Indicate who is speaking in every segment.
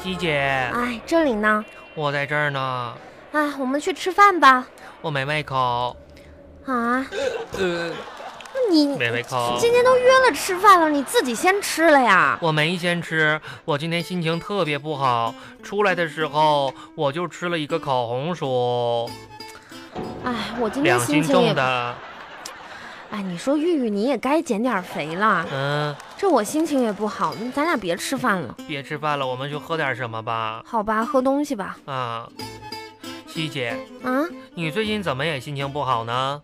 Speaker 1: 西姐，
Speaker 2: 哎，这里呢。
Speaker 1: 我在这儿呢，
Speaker 2: 哎，我们去吃饭吧。
Speaker 1: 我没胃口。
Speaker 2: 啊，
Speaker 1: 呃，
Speaker 2: 你
Speaker 1: 没胃口。
Speaker 2: 今天都约了吃饭了，你自己先吃了呀？
Speaker 1: 我没先吃，我今天心情特别不好。出来的时候我就吃了一个烤红薯，
Speaker 2: 哎，我今天
Speaker 1: 两
Speaker 2: 心
Speaker 1: 斤
Speaker 2: 情也
Speaker 1: 重……的。
Speaker 2: 哎，你说玉玉，你也该减点肥了。
Speaker 1: 嗯，
Speaker 2: 这我心情也不好，咱俩别吃饭了，
Speaker 1: 别吃饭了，我们去喝点什么吧。
Speaker 2: 好吧？喝东西吧。
Speaker 1: 啊，西姐，
Speaker 2: 啊，
Speaker 1: 你最近怎么也心情不好呢？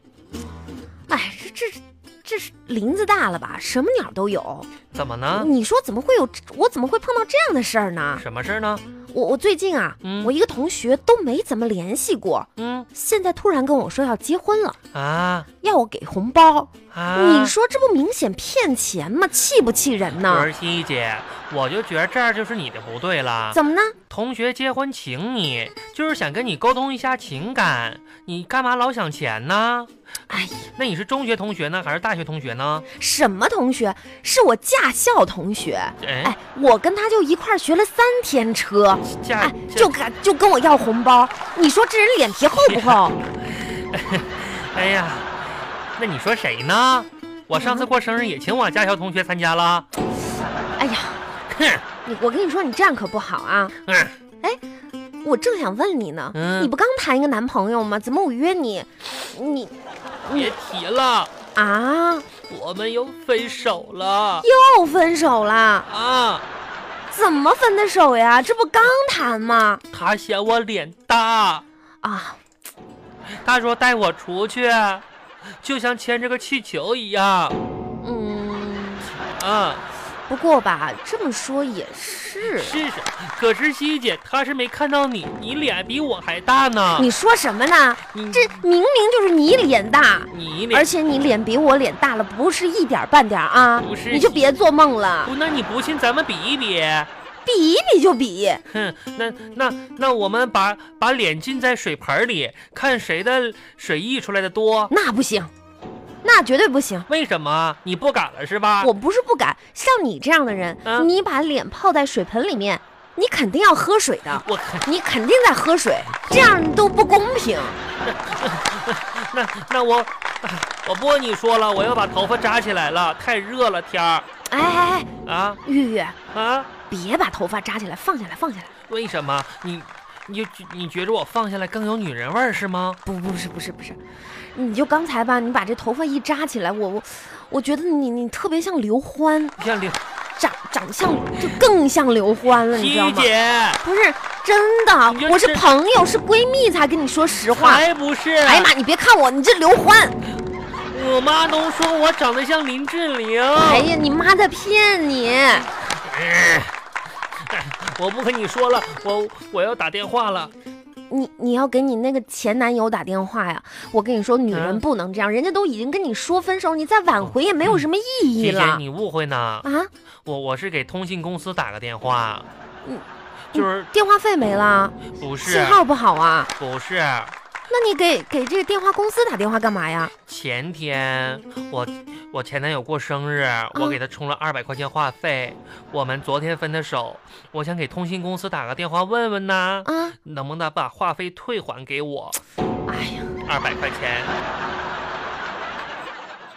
Speaker 2: 哎，这这这是林子大了吧？什么鸟都有。
Speaker 1: 怎么呢？
Speaker 2: 你说怎么会有这我怎么会碰到这样的事儿呢？
Speaker 1: 什么事儿呢？
Speaker 2: 我我最近啊，
Speaker 1: 嗯
Speaker 2: 我一个同学都没怎么联系过，
Speaker 1: 嗯
Speaker 2: 现在突然跟我说要结婚了，
Speaker 1: 啊
Speaker 2: 要我给红包。
Speaker 1: 啊！
Speaker 2: 你说这不明显骗钱吗？气不气人
Speaker 1: 不
Speaker 2: 呢？
Speaker 1: 是西姐，我就觉得这儿就是你的不对了。
Speaker 2: 怎么呢？
Speaker 1: 同学结婚请你，就是想跟你沟通一下情感，你干嘛老想钱呢？
Speaker 2: 哎呀，
Speaker 1: 那你是中学同学呢，还是大学同学呢？
Speaker 2: 什么同学？是我驾校同学。
Speaker 1: 哎
Speaker 2: 哎，，我跟他就一块儿学了三天车，
Speaker 1: 下、
Speaker 2: 哎，
Speaker 1: 下
Speaker 2: 就敢就跟我要红包，你说这人脸皮厚不 厚？
Speaker 1: 哎呀，那你说谁呢？我上次过生日也请我驾校同学参加了。
Speaker 2: 哎呀，
Speaker 1: 哼，
Speaker 2: 你我跟你说，你这样可不好啊！
Speaker 1: 嗯
Speaker 2: 我正想问你呢，
Speaker 1: 嗯
Speaker 2: 你不刚谈一个男朋友吗？怎么我约你，你
Speaker 1: 别提了，
Speaker 2: 啊
Speaker 1: 我们又分手了
Speaker 2: 又分手了？
Speaker 1: 啊！
Speaker 2: 怎么分的手呀？这不刚谈吗？
Speaker 1: 他嫌我脸大，
Speaker 2: 啊，
Speaker 1: 他说带我出去，就像牵着个气球一样。
Speaker 2: 嗯，
Speaker 1: 啊。
Speaker 2: 不过吧，这么说也是。
Speaker 1: 是是，可是西姐她是没看到你，你脸比我还大呢。
Speaker 2: 你说什么呢？
Speaker 1: 你
Speaker 2: 这明明就是你脸大，
Speaker 1: 你
Speaker 2: 而
Speaker 1: 脸
Speaker 2: 且你脸比我脸大了，不是一点儿半点儿啊！
Speaker 1: 不是
Speaker 2: 你就别做梦了，
Speaker 1: 不，那你不信咱们比一比？
Speaker 2: 比一比就比。
Speaker 1: 哼，那那那我们把把脸浸在水盆里，看谁的水溢出来的多。
Speaker 2: 那不行，那绝对不行。
Speaker 1: 为什么你不敢了是吧？
Speaker 2: 我不是不敢，像你这样的人，
Speaker 1: 啊
Speaker 2: 你把脸泡在水盆里面，你肯定要喝水 的，
Speaker 1: 我
Speaker 2: 你肯定在喝水，这样都不公平。
Speaker 1: 那那我，啊我不跟你说了，我要把头发扎起来了，太热了天儿
Speaker 2: 哎哎哎，
Speaker 1: 啊
Speaker 2: 玉玉，
Speaker 1: 啊！
Speaker 2: 别把头发扎起来，放下来，放下来。
Speaker 1: 为什么你你就你觉着我放下来更有女人味儿是吗？
Speaker 2: 不，不是，不是，不是，你就刚才吧，你把这头发一扎起来，我我，我觉得你你特别像刘欢，
Speaker 1: 像刘
Speaker 2: 长长相就更像刘欢了，你知道
Speaker 1: 西
Speaker 2: 吗？
Speaker 1: 姐。
Speaker 2: 不是真
Speaker 1: 你
Speaker 2: 的，
Speaker 1: 这
Speaker 2: 我是
Speaker 1: 是
Speaker 2: 朋友，是闺蜜才跟你说实话。
Speaker 1: 才不是！
Speaker 2: 哎呀妈，你别看我，你这刘欢。
Speaker 1: 我妈都说我长得像林志玲。
Speaker 2: 哎呀，你妈在骗你！
Speaker 1: 我不跟你说了，我我要打电话了。
Speaker 2: 你你要给你那个前男友打电话呀！我跟你说，女人
Speaker 1: 嗯
Speaker 2: 不能这样，人家都已经跟你说分手，你再挽回也没有什么意义
Speaker 1: 姐姐，
Speaker 2: 了
Speaker 1: 你误会呢，
Speaker 2: 啊！
Speaker 1: 我我是给通信公司打个电话
Speaker 2: 嗯，
Speaker 1: 就是
Speaker 2: 电话费没了，
Speaker 1: 不是
Speaker 2: 信号不好啊！
Speaker 1: 不是，
Speaker 2: 那你给给这个电话公司打电话干嘛呀？
Speaker 1: 前天我我前男友过生日，
Speaker 2: 嗯
Speaker 1: 我给他充了二百块钱话费，我们昨天分的手，我想给通信公司打个电话问问呢，
Speaker 2: 啊，
Speaker 1: 能不能把话费退还给我
Speaker 2: 哎呀，
Speaker 1: 二百块钱？